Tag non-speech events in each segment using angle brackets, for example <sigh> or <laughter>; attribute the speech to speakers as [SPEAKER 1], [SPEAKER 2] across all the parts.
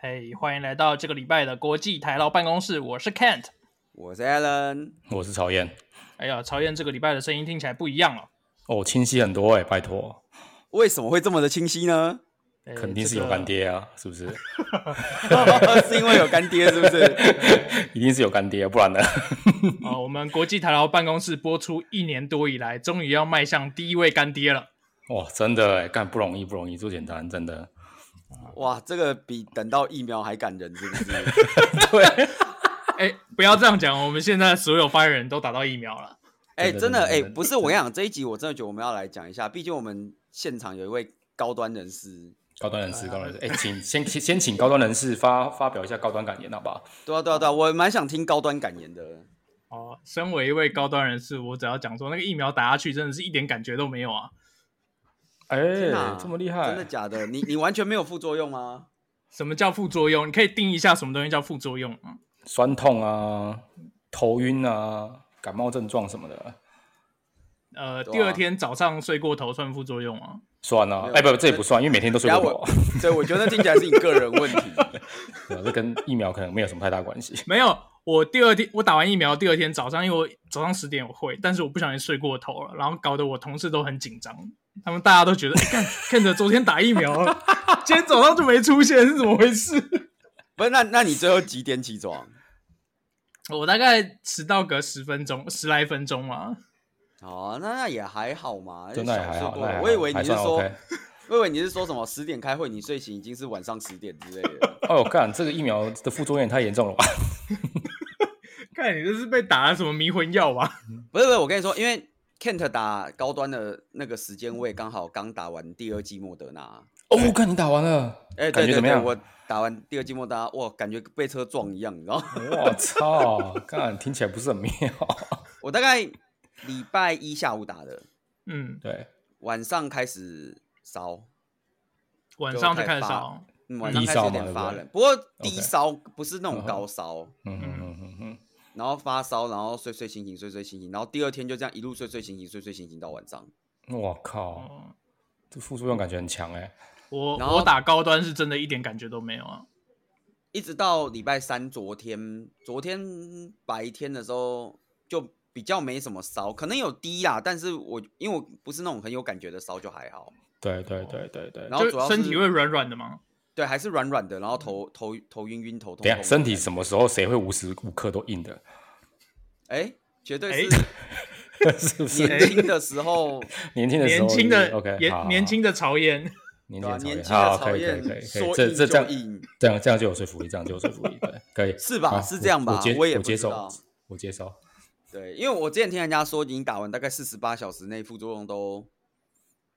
[SPEAKER 1] 嘿欢迎来到这个礼拜的国际台劳办公室，我是 Kent。
[SPEAKER 2] 我是 Alan，
[SPEAKER 3] 我是曹燕，
[SPEAKER 1] 哎呀，曹燕这个礼拜的声音听起来不一样了，
[SPEAKER 3] 哦，清晰很多哎、拜托，
[SPEAKER 2] 为什么会这么的清晰呢？ <laughs>
[SPEAKER 1] 哎
[SPEAKER 3] 肯定是有干。爹啊，是不是？ <laughs>
[SPEAKER 2] 是因为有干爹是不是？
[SPEAKER 3] 一定是有干爹，不然呢？ <laughs>
[SPEAKER 1] 这个啊、我们国际台劳办公室播出一年多以来，终于要迈向第一位干爹了。 <laughs>
[SPEAKER 3] 哇，真的哎、干不容易，不容易，不简单，真的。 <laughs>
[SPEAKER 2] 哇，这个比等到疫苗还感人是不是？
[SPEAKER 3] <laughs>
[SPEAKER 1] 哎，不要这样讲，我们现在所有发言人都打到疫苗了。
[SPEAKER 2] 哎、
[SPEAKER 3] 真的
[SPEAKER 2] 真的哎、
[SPEAKER 3] 真的
[SPEAKER 2] 不是我跟你讲，这一集我真的觉得我们要来讲一下，毕竟我们现场有一位高端人士，
[SPEAKER 3] 高端人士，高端人士，哎、请先先先请高端人士发发表一下高端感言，好不好？
[SPEAKER 2] 对啊对啊对啊，我蛮想听高端感言的。
[SPEAKER 1] 哦，身为一位高端人士，我只要讲说那个疫苗打下去，真的是一点感觉都没有啊。
[SPEAKER 3] 哎、
[SPEAKER 2] 天哪
[SPEAKER 3] 这么厉害，
[SPEAKER 2] 真的假的？你你完全没有副作用吗？
[SPEAKER 1] 什么叫副作用？你可以定义一下什么东西叫副作用吗？
[SPEAKER 3] 酸痛啊，头晕啊，感冒症状什么的，
[SPEAKER 1] 呃，
[SPEAKER 2] 对啊
[SPEAKER 1] 第二天早上睡过头算副作用啊。
[SPEAKER 3] 算啊
[SPEAKER 2] 没，有
[SPEAKER 3] 哎、不，这也不算，因为每天都睡
[SPEAKER 2] 等
[SPEAKER 3] 过
[SPEAKER 2] 下
[SPEAKER 3] 头
[SPEAKER 2] 我，对，我觉得听起来是你个人问题。
[SPEAKER 3] <laughs> 对啊这跟疫苗可能没有什么太大关系。
[SPEAKER 1] 没有，我第二天我打完疫苗，第二天早上，因为我早上十点有会，但是我不小心睡过头了，然后搞得我同事都很紧张，他们大家都觉得，哎看看着昨天打疫苗了，今天早上就没出现，是怎么回事？ <laughs>
[SPEAKER 2] 不是，那那你最后几点起床？
[SPEAKER 1] 我大概迟到个十分钟，十来分钟嘛。
[SPEAKER 2] 哦，那那也还好嘛，
[SPEAKER 3] 真的
[SPEAKER 2] 小
[SPEAKER 3] 还
[SPEAKER 2] 睡
[SPEAKER 3] 好，
[SPEAKER 2] 过
[SPEAKER 3] 那还好
[SPEAKER 2] 我以为你
[SPEAKER 3] 还
[SPEAKER 2] 是
[SPEAKER 3] 算
[SPEAKER 2] 说
[SPEAKER 3] OK
[SPEAKER 2] 我以为你是说什么十点开会，你睡醒已经是晚上十点之类的。
[SPEAKER 3] 哦，干，这个疫苗的副作用也太严重了吧？
[SPEAKER 1] 看你这是被打了什么迷魂药吧？
[SPEAKER 2] 不是不是，我跟你说，因为 Kent 打高端的那个时间，我也刚好刚打完第二季莫德纳。啊
[SPEAKER 3] 哦，干，你打完了，
[SPEAKER 2] 哎、
[SPEAKER 3] 感
[SPEAKER 2] 对
[SPEAKER 3] 觉
[SPEAKER 2] 对
[SPEAKER 3] 怎么
[SPEAKER 2] 对，
[SPEAKER 3] 样？
[SPEAKER 2] 我打完第二季莫德纳，哇，感觉被车撞一样，你知道吗？
[SPEAKER 3] 我操，干，听起来不是很妙。
[SPEAKER 2] 我大概礼拜一下午打的，
[SPEAKER 1] 嗯，
[SPEAKER 3] <laughs> 对，
[SPEAKER 2] 晚上开始烧，
[SPEAKER 1] 晚上就
[SPEAKER 2] 就开
[SPEAKER 1] 开
[SPEAKER 2] 始
[SPEAKER 1] 始
[SPEAKER 2] 发
[SPEAKER 1] 烧。
[SPEAKER 2] 嗯，晚上
[SPEAKER 3] 低
[SPEAKER 2] 开始有
[SPEAKER 3] 烧嘛
[SPEAKER 2] 点发
[SPEAKER 3] 对
[SPEAKER 2] 冷。
[SPEAKER 3] 不
[SPEAKER 2] 不过低
[SPEAKER 3] OK
[SPEAKER 2] 烧不是那种
[SPEAKER 3] 嗯哼
[SPEAKER 2] 高烧，
[SPEAKER 3] 嗯嗯嗯嗯嗯，
[SPEAKER 2] 然后发烧，然后睡睡醒醒，睡睡醒醒，然后第二天就这样一路睡睡醒醒，睡睡醒醒到晚上。
[SPEAKER 3] 嗯我靠，
[SPEAKER 1] 哦
[SPEAKER 3] 这副作用感觉很强哎、
[SPEAKER 1] 我
[SPEAKER 2] 然后
[SPEAKER 1] 我打高端是真的一点感觉都没有啊。
[SPEAKER 2] 一直到礼拜三，昨天昨天白天的时候就比较没什么烧，可能有低啦，但是我因为我不是那种很有感觉的烧，就还好。
[SPEAKER 3] 对对对对对。
[SPEAKER 2] 然后
[SPEAKER 1] 就
[SPEAKER 2] 主要是
[SPEAKER 1] 身体会软软的吗？
[SPEAKER 2] 对，还是软软的，然后头头头晕晕、头痛
[SPEAKER 3] 等一
[SPEAKER 2] 痛的。
[SPEAKER 3] 下，身体什么时候谁会无时无刻都硬的？ <laughs>
[SPEAKER 2] 哎，绝
[SPEAKER 1] 哎
[SPEAKER 2] 对是
[SPEAKER 3] 是不是？
[SPEAKER 2] 年轻的时
[SPEAKER 3] <laughs>
[SPEAKER 2] 候，
[SPEAKER 3] 年轻的时候
[SPEAKER 1] 年
[SPEAKER 3] 是不是，
[SPEAKER 1] 轻的
[SPEAKER 3] OK，
[SPEAKER 1] 年
[SPEAKER 3] 好好
[SPEAKER 1] 年轻的曹岩，
[SPEAKER 2] 对
[SPEAKER 3] 年轻
[SPEAKER 2] 吧、
[SPEAKER 3] 的
[SPEAKER 2] 年轻
[SPEAKER 3] 好
[SPEAKER 2] 的
[SPEAKER 3] 可
[SPEAKER 2] 曹
[SPEAKER 3] 以可以
[SPEAKER 2] 燕
[SPEAKER 3] 可以可以，
[SPEAKER 2] 说硬
[SPEAKER 3] 这这这
[SPEAKER 2] 就
[SPEAKER 3] 样
[SPEAKER 2] 硬，
[SPEAKER 3] 这样这样就有说服力，这样就有说服力，对，可以
[SPEAKER 2] 是吧
[SPEAKER 3] 好
[SPEAKER 2] 是这样吧
[SPEAKER 3] 我接
[SPEAKER 2] 我也不
[SPEAKER 3] 接
[SPEAKER 2] 知道
[SPEAKER 3] 受，我接受。
[SPEAKER 2] 对，因为我之前听人家说，你打完大概四十八小时内副作用都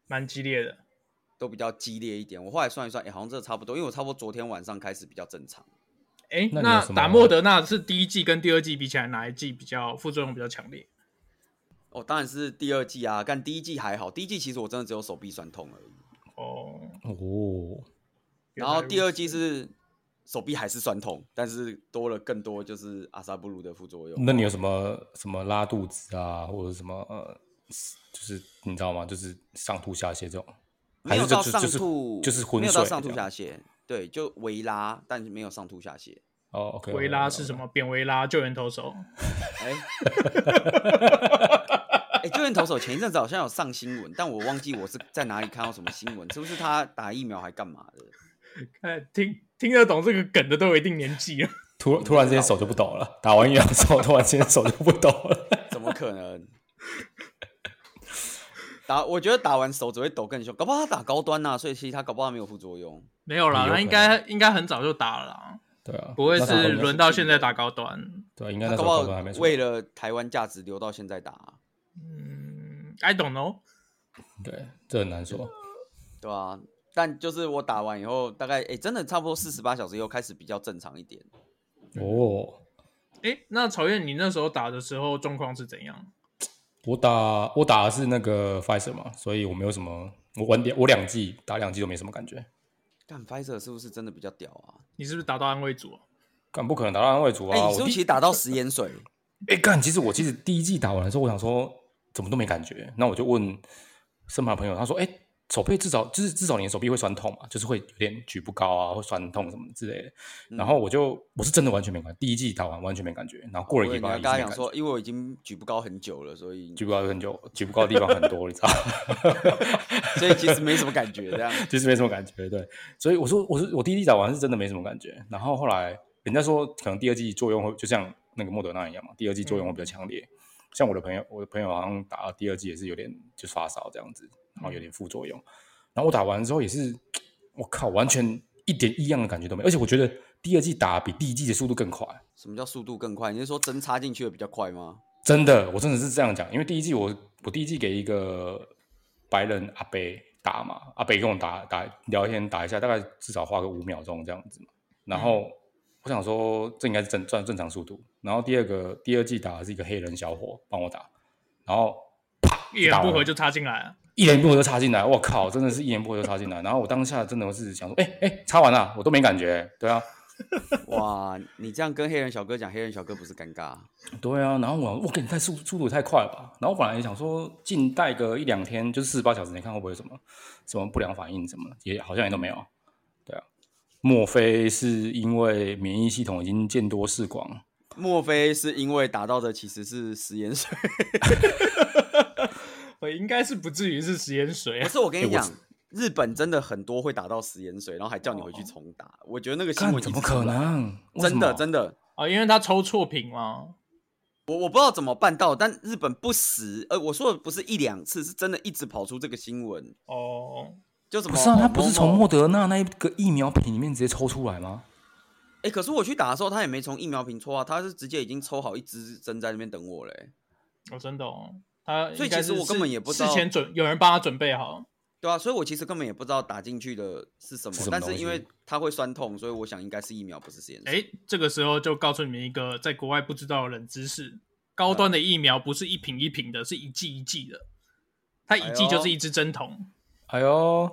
[SPEAKER 1] 蛮激烈的。
[SPEAKER 2] 都比较激烈一点。我后来算一算，哎，好像真的差不多，因为我差不多昨天晚上开始比较正常。
[SPEAKER 1] 哎，
[SPEAKER 3] 那
[SPEAKER 1] 那
[SPEAKER 3] 你有什么
[SPEAKER 1] 打莫德纳是第一季跟第二季比起来，哪一季比较副作用比较强烈？
[SPEAKER 2] 哦，当然是第二季啊，但第一季还好，第一季其实我真的只有手臂酸痛而已。
[SPEAKER 1] 哦，
[SPEAKER 3] 哦，
[SPEAKER 2] 然后第二季
[SPEAKER 1] 原来如
[SPEAKER 2] 是手臂还是酸痛，但是多了更多就是阿萨布鲁的副作用。
[SPEAKER 3] 那你有什么什么拉肚子啊，或者什么呃，就是你知道吗？就是上吐下泻这种，
[SPEAKER 2] 没
[SPEAKER 3] 还
[SPEAKER 2] 有
[SPEAKER 3] 是
[SPEAKER 2] 到
[SPEAKER 3] 就就
[SPEAKER 2] 上
[SPEAKER 3] 就是
[SPEAKER 2] 吐，
[SPEAKER 3] 就是昏
[SPEAKER 2] 没有
[SPEAKER 3] 睡
[SPEAKER 2] 到上
[SPEAKER 3] 这
[SPEAKER 2] 吐
[SPEAKER 3] 样
[SPEAKER 2] 下泻，对，就微拉，但是没有上吐下泻。
[SPEAKER 3] 哦，OK，
[SPEAKER 1] 此维拉是什
[SPEAKER 3] 啊
[SPEAKER 1] 么？扁维拉救援投手。
[SPEAKER 2] 哎、哎、救援投手前一阵子好像有上新闻，但我忘记我是在哪里看到什么新闻，是不是他打疫苗还干嘛的？
[SPEAKER 1] 看哎听听得懂这个梗的都有一定年纪了。
[SPEAKER 3] 突突然之间手就不抖了，打完疫苗之后突然之间手就不抖了。 <laughs>
[SPEAKER 2] 怎么可能？打，我觉得打完手只会抖更凶，搞不好他打高端呐、所以其实他搞不好没有副作用。
[SPEAKER 1] <laughs> 没有啦，
[SPEAKER 3] 有可能
[SPEAKER 1] 他应该应该很早就打了啦，
[SPEAKER 3] 对啊，
[SPEAKER 1] 不会
[SPEAKER 3] 那时候
[SPEAKER 1] 是
[SPEAKER 3] 应该
[SPEAKER 1] 轮到现在打高端。
[SPEAKER 3] 对，应该
[SPEAKER 2] 他
[SPEAKER 3] 那时
[SPEAKER 2] 搞
[SPEAKER 3] 候
[SPEAKER 2] 不
[SPEAKER 3] 高端还没
[SPEAKER 2] 好
[SPEAKER 3] 出。
[SPEAKER 2] 为了台湾价值留到现在打啊、
[SPEAKER 1] 嗯，I don't know。
[SPEAKER 3] 对，这很难说。
[SPEAKER 2] 对啊，但就是我打完以后，大概哎、诶真的差不多四十八小时以后开始比较正常一点。
[SPEAKER 3] 哦，
[SPEAKER 1] 哎，那曹燕，你那时候打的时候状况是怎样？
[SPEAKER 3] 我打我打的是那个 Pfizer 嘛，所以我没有什么，我晚点我两剂打两剂都没什么感觉，
[SPEAKER 2] 但 Pfizer 是不是真的比较屌啊？
[SPEAKER 1] 你是不是打到安慰组啊？
[SPEAKER 3] 干不可能打到安慰组
[SPEAKER 2] 哎、
[SPEAKER 3] 啊！
[SPEAKER 2] 你是不
[SPEAKER 3] 我
[SPEAKER 2] 是
[SPEAKER 3] 第
[SPEAKER 2] 其实打到食盐水？
[SPEAKER 3] 哎、干，其实我其实第一季打完的时候，我想说怎么都没感觉，那我就问身旁的朋友，他说：“哎、手背至少就是至少你的手臂会酸痛嘛，就是会有点举不高啊，会酸痛什么之类的。
[SPEAKER 2] 嗯
[SPEAKER 3] 然后我就我是真的完全没感觉，第一季打完完全没感觉，然后 <laughs> 过
[SPEAKER 2] 我
[SPEAKER 3] 了一
[SPEAKER 2] 以为
[SPEAKER 3] 个礼
[SPEAKER 2] 你要
[SPEAKER 3] 拜
[SPEAKER 2] 跟他
[SPEAKER 3] 也
[SPEAKER 2] 讲
[SPEAKER 3] 是没感觉。
[SPEAKER 2] 说，因为我已经举不高很久了，所以
[SPEAKER 3] 举不高很久，举不高的地方很多，你知道吗？
[SPEAKER 2] 所以其实没什么感觉这样。 <laughs>
[SPEAKER 3] 其实没什么感觉，对。所以我说，我说我第一季打完是真的没什么感觉。然后后来人家说，可能第二季作用会就像那个莫德纳一样嘛，第二季作用会比较强烈。像我的朋友，我的朋友好像打了第二季也是有点就发烧这样子，然后有点副作用。然后我打完之后也是，我靠，完全一点异样的感觉都没有。而且我觉得第二季打比第一季的速度更快，
[SPEAKER 2] 什么叫速度更快？你是说针插进去的比较快吗？
[SPEAKER 3] 真的，我真的是这样讲，因为第一季我我第一季给一个白人阿贝打嘛，阿贝跟我打打聊天打一下，大概至少花个五秒钟这样子嘛。然后我想说，这应该是正正正常速度。然后第二个第二季打的是一个黑人小伙帮我打，然后
[SPEAKER 1] 一言不合就插进来啊了。
[SPEAKER 3] 一言不合就插进来，我靠，真的是一言不合就插进来。然后我当下真的是想说，哎、哎、插完了，我都没感觉、对啊，
[SPEAKER 2] <laughs> 哇，你这样跟黑人小哥讲，黑人小哥不是尴尬？
[SPEAKER 3] 对啊，然后我我给你太速速度也太快了吧，然后我本来也想说静待个一两天，就是四十八小时，你看会不会有什么什么不良反应什么的，也好像也都没有。对啊，莫非是因为免疫系统已经见多识广？
[SPEAKER 2] 莫非是因为打到的其实是食盐
[SPEAKER 3] <laughs>
[SPEAKER 2] 水？
[SPEAKER 1] <laughs> 我应该是不至于是食盐水
[SPEAKER 2] 不
[SPEAKER 1] 啊，
[SPEAKER 2] 是，我跟你
[SPEAKER 3] 哎我
[SPEAKER 2] 讲，日本真的很多会打到食盐水，然后还叫你回去重打。我觉得那个新
[SPEAKER 3] 看
[SPEAKER 2] 闻
[SPEAKER 3] 怎
[SPEAKER 2] 一
[SPEAKER 3] 么
[SPEAKER 2] 直出
[SPEAKER 3] 可
[SPEAKER 2] 来？
[SPEAKER 3] 能？为什
[SPEAKER 2] 真的
[SPEAKER 3] 么
[SPEAKER 2] 真的，
[SPEAKER 1] 哦，因为他抽错屏嘛。
[SPEAKER 2] 我我不知道怎么办到，但日本不时，呃，我说的不是一两次，是真的一直跑出这个新闻，
[SPEAKER 1] 哦，
[SPEAKER 2] 就什么
[SPEAKER 3] 不是啊？
[SPEAKER 2] 哦
[SPEAKER 3] 他不是
[SPEAKER 2] 某
[SPEAKER 3] 从
[SPEAKER 2] 某
[SPEAKER 3] 莫德纳那一个疫苗瓶里面直接抽出来吗？
[SPEAKER 2] 哎、可是我去打的时候，他也没从疫苗瓶抽啊，他是直接已经抽好一支针在那边等我嘞、
[SPEAKER 1] 我、真的哦，他
[SPEAKER 2] 所
[SPEAKER 1] 应
[SPEAKER 2] 以
[SPEAKER 1] 该
[SPEAKER 2] 其实
[SPEAKER 1] 是
[SPEAKER 2] 我根本也不知
[SPEAKER 1] 事
[SPEAKER 2] 道
[SPEAKER 1] 前准有人帮他准备好。
[SPEAKER 2] 对啊，所以我其实根本也不知道打进去的是什么，
[SPEAKER 3] 是什么
[SPEAKER 2] 但
[SPEAKER 3] 东
[SPEAKER 2] 是
[SPEAKER 3] 西
[SPEAKER 2] 因为它会酸痛，所以我想应该是疫苗，不是实验室。
[SPEAKER 1] 哎、这个时候就告诉你们一个在国外不知道的冷知识：高端的
[SPEAKER 2] 嗯
[SPEAKER 1] 疫苗不是一瓶一瓶的，是一剂一剂的。它一
[SPEAKER 2] 哎
[SPEAKER 1] 剂
[SPEAKER 2] 呦
[SPEAKER 1] 就是一支针筒，
[SPEAKER 3] 哎呦，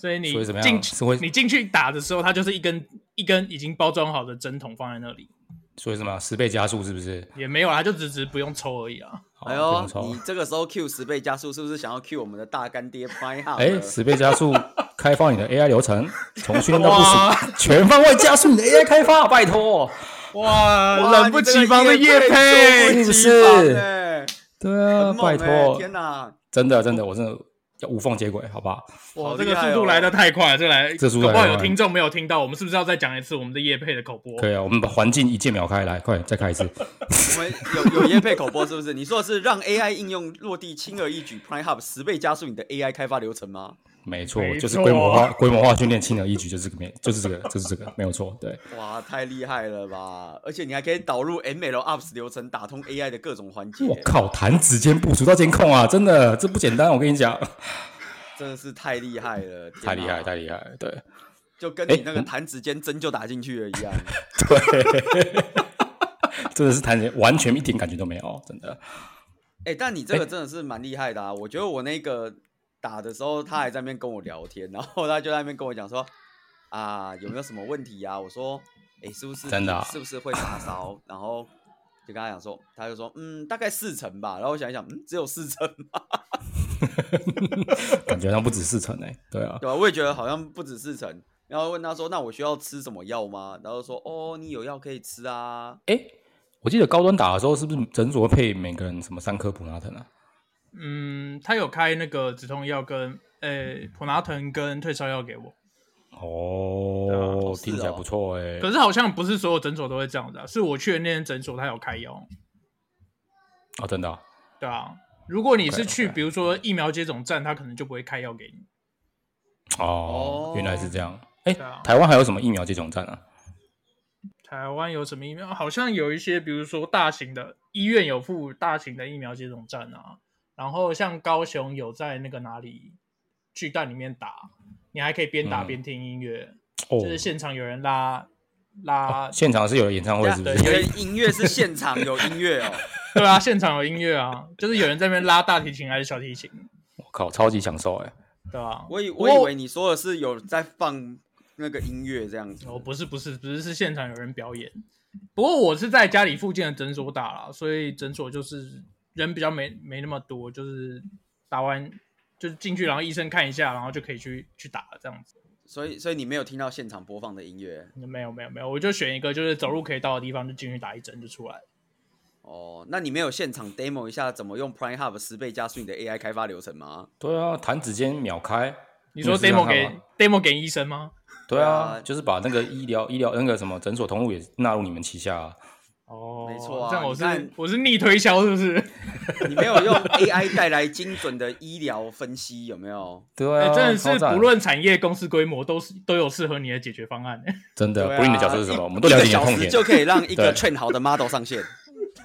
[SPEAKER 1] 所以你
[SPEAKER 3] 所以怎么
[SPEAKER 1] 进
[SPEAKER 3] 样？是会
[SPEAKER 1] 你进去打的时候，它就是一根一根已经包装好的针筒放在那里，
[SPEAKER 3] 所以什么啊十倍加速是不是？
[SPEAKER 1] 也没有啊，它就只是不用抽而已啊。
[SPEAKER 3] 好
[SPEAKER 2] 哎
[SPEAKER 3] 不
[SPEAKER 2] 呦
[SPEAKER 3] 用，抽
[SPEAKER 2] 你这个时候 Q 十倍加速，是不是想要 Q 我们的大干
[SPEAKER 3] <laughs>
[SPEAKER 2] 爹 My h
[SPEAKER 3] 哎，十倍加速开发你的 AI 流程，从训练到部
[SPEAKER 1] 哇
[SPEAKER 3] 署，全方位加速你的 AI 开发，拜托。
[SPEAKER 1] 哇，
[SPEAKER 2] 哇
[SPEAKER 1] 冷不及防的叶佩，
[SPEAKER 3] 是不是
[SPEAKER 2] 哎，
[SPEAKER 3] 对啊，
[SPEAKER 2] 很
[SPEAKER 3] 拜
[SPEAKER 2] 猛
[SPEAKER 3] 托、
[SPEAKER 2] 哎天哪！
[SPEAKER 3] 真的真的，我真的要无缝接轨，好不好？
[SPEAKER 1] 哇，
[SPEAKER 2] 好
[SPEAKER 1] 这
[SPEAKER 2] 厉
[SPEAKER 1] 个
[SPEAKER 2] 害
[SPEAKER 1] 速度
[SPEAKER 2] 哦
[SPEAKER 1] 来的太快，这来
[SPEAKER 3] 这速度
[SPEAKER 1] 搞不好
[SPEAKER 3] 来得
[SPEAKER 1] 有
[SPEAKER 3] 快
[SPEAKER 1] 听众没有听到，我们是不是要再讲一次我们的叶佩的口播？
[SPEAKER 3] 可以啊，我们把环境一键秒开，来，快再开一 <laughs> 次。
[SPEAKER 2] 我们有有业配口播是不是？你说的是让 AI 应用落地轻而易举，Prime Hub 十倍加速你的 AI 开发流程吗？
[SPEAKER 3] 没错
[SPEAKER 1] 没，错
[SPEAKER 3] 就是规模化规模化训练轻而易举，就是这个没，就是这个，就是这个，没有错。对，
[SPEAKER 2] 哇，太厉害了吧！而且你还可以导入 ML Ops 流程，打通 AI 的各种环节
[SPEAKER 3] 我，靠，弹指间部署到监控啊，真的这不简单，我跟你讲，
[SPEAKER 2] 真的是太厉害了，天
[SPEAKER 3] 太厉
[SPEAKER 2] 哪
[SPEAKER 3] 害，太厉害了，对。
[SPEAKER 2] 就跟
[SPEAKER 3] 哎
[SPEAKER 2] 你那个弹指间针就打进去了一
[SPEAKER 3] <laughs>
[SPEAKER 2] 样。
[SPEAKER 3] 真的是弹指，完全一点感觉都没有，真的。
[SPEAKER 2] 哎、但你这个真的是蛮厉害的啊！我觉得我那个打的时候，他还在那边跟我聊天，然后他就在那边跟我讲说：“啊，有没有什么问题啊？”我说：“哎、是不是
[SPEAKER 3] 真的啊
[SPEAKER 2] 是不是会发烧？” <laughs> 然后就跟他讲说，他就说：“嗯，大概四成吧。”然后我想一想，嗯，只有四成吗？
[SPEAKER 3] 感觉上不止四成哎、对 <laughs> 啊，
[SPEAKER 2] 对吧、我也觉得好像不止四成。然后问他说：“那我需要吃什么药吗？”然后说：“哦，你有药可以吃啊。
[SPEAKER 3] 哎、我记得高端打的时候，是不是诊所会配每个人什么三颗普拿疼啊？
[SPEAKER 1] 嗯，他有开那个止痛药跟呃普拿疼跟退烧药给我，对啊
[SPEAKER 3] 哦，
[SPEAKER 2] 是
[SPEAKER 3] 听起来
[SPEAKER 2] 哦
[SPEAKER 3] 不错哎、
[SPEAKER 1] 可是好像不是所有诊所都会这样子啊，是我去的那间诊所他有开药，
[SPEAKER 3] 哦，真的啊、
[SPEAKER 1] 对啊。如果你是去
[SPEAKER 3] OK，OK
[SPEAKER 1] 比如说疫苗接种站，他可能就不会开药给你。
[SPEAKER 3] 哦
[SPEAKER 2] 哦，
[SPEAKER 3] 原来是这样。哎、
[SPEAKER 1] 对啊
[SPEAKER 3] 台湾还有什么疫苗接种站啊？
[SPEAKER 1] 台湾有什么疫苗？好像有一些，比如说大型的医院有附大型的疫苗接种站啊，然后像高雄有在那个哪里巨蛋里面打，你还可以边打
[SPEAKER 3] 嗯
[SPEAKER 1] 边听音乐，
[SPEAKER 3] 哦，
[SPEAKER 1] 就是现场有人拉拉，
[SPEAKER 3] 啊现场是有演唱会，是不
[SPEAKER 2] 对，
[SPEAKER 3] 是？
[SPEAKER 2] 因为音乐是现场有音乐哦。
[SPEAKER 1] <laughs> 对啊，现场有音乐啊，就是有人在那边拉大提琴还是小提琴，
[SPEAKER 3] 我靠，超级享受哎、
[SPEAKER 1] 对吧、
[SPEAKER 2] 我以
[SPEAKER 1] 不
[SPEAKER 2] 我以
[SPEAKER 1] 过
[SPEAKER 2] 为你说的是有在放那个音乐这样子，
[SPEAKER 1] 哦，不是不是不是是现场有人表演，不过我是在家里附近的诊所打啦，所以诊所就是人比较没没那么多，就是打完就是进去，然后医生看一下，然后就可以去去打了这样子。
[SPEAKER 2] 所以所以你没有听到现场播放的音乐
[SPEAKER 1] 没有没有没有，我就选一个就是走路可以到的地方，就进去打一针就出来了。
[SPEAKER 2] 哦，那你没有现场 demo 一下怎么用 Prime Hub 十倍加速你的 AI 开发流程吗？
[SPEAKER 3] 对啊，弹指间秒开。
[SPEAKER 1] 你说
[SPEAKER 3] 有时间
[SPEAKER 1] demo
[SPEAKER 3] 看
[SPEAKER 1] 给
[SPEAKER 3] 吗
[SPEAKER 1] demo 给医生吗？
[SPEAKER 3] 对
[SPEAKER 2] 对
[SPEAKER 3] 啊
[SPEAKER 2] 啊，
[SPEAKER 3] 就是把那个医疗医疗那个什么诊所通路也纳入你们旗下啊。
[SPEAKER 1] 哦，
[SPEAKER 2] 没错啊
[SPEAKER 1] 这样我
[SPEAKER 2] 你看
[SPEAKER 1] 是我是逆推销是不是？
[SPEAKER 2] 你没有用 AI 带来精准的医疗分析，有没有？
[SPEAKER 3] 对啊，
[SPEAKER 1] 哎真的
[SPEAKER 3] 超
[SPEAKER 1] 是
[SPEAKER 3] 赞
[SPEAKER 1] 不论产业、公司规模，都是都有适合你的解决方案。欸
[SPEAKER 3] 真的，
[SPEAKER 2] 对啊
[SPEAKER 3] 不论你的角色是什么，我们都了
[SPEAKER 2] 一
[SPEAKER 3] 解你
[SPEAKER 2] 个
[SPEAKER 3] 的
[SPEAKER 2] 小
[SPEAKER 3] 痛
[SPEAKER 2] 时
[SPEAKER 3] 点。
[SPEAKER 2] 就可以让一个
[SPEAKER 3] 对
[SPEAKER 2] 劝好的 model 上线。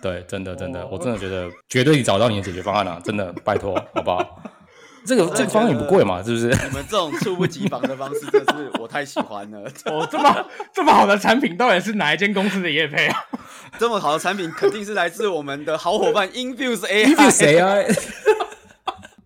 [SPEAKER 3] 对，真的真的，
[SPEAKER 1] 哦
[SPEAKER 3] 我真的觉得绝对找到你的解决方案了、真的，拜托，好不好？这个
[SPEAKER 2] 的
[SPEAKER 3] 这个方案也不贵嘛，是不是？
[SPEAKER 2] 你们这种猝不及防的方式，真是我太喜欢了。
[SPEAKER 1] <laughs> 哦，这么这么好的产品，到底是哪一间公司的业配啊？ <laughs>
[SPEAKER 2] 这么好的产品，肯定是来自我们的好伙伴 Infuse
[SPEAKER 3] 你比
[SPEAKER 2] AI。
[SPEAKER 3] 谁啊？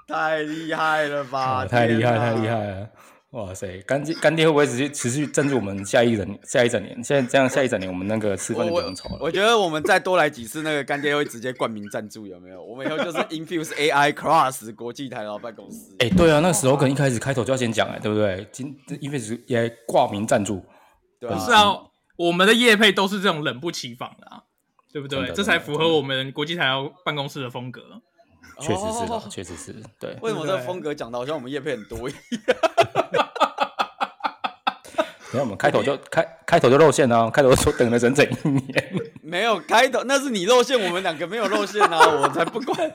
[SPEAKER 2] 太厉害了吧！
[SPEAKER 3] 哦太厉害，
[SPEAKER 2] 啊天哪
[SPEAKER 3] 太厉！害了！哇塞，干爹干爹会不会持续持续赞助我们下一整下一整年？现在这样下一整年，我们那个吃
[SPEAKER 2] 我
[SPEAKER 3] 饭就不
[SPEAKER 2] 我
[SPEAKER 3] 用愁了。
[SPEAKER 2] 我觉 <laughs> 得我们再多来几次，那个干爹会直接冠名赞助，有没有？我们以后就是 Infuse AI Cross 国际台老办公室。
[SPEAKER 3] 哎、对啊，那时候可能一开始开头就要先讲哎、对不对？今因为是也挂名赞助，
[SPEAKER 2] 对
[SPEAKER 3] 不
[SPEAKER 2] 啊，
[SPEAKER 1] 是啊，我们的业配都是这种冷不其防的啊，对不
[SPEAKER 3] 真
[SPEAKER 1] 对？
[SPEAKER 3] 的
[SPEAKER 1] 这才
[SPEAKER 3] 真的
[SPEAKER 1] 符合我们国际台办公室的风格。
[SPEAKER 3] 确实是
[SPEAKER 2] 哦
[SPEAKER 3] <laughs> 的，确实是对。
[SPEAKER 2] 为什么
[SPEAKER 1] 对
[SPEAKER 2] 这
[SPEAKER 1] 不
[SPEAKER 2] 个
[SPEAKER 1] 对
[SPEAKER 2] 风格讲的好像我们叶配很多一样？
[SPEAKER 3] 你看我们开头就开开头就露馅啊，开头就说等了整整一年。
[SPEAKER 2] <laughs> 没有开头，那是你露馅，我们两个没有露馅啊，我才不管。 <laughs>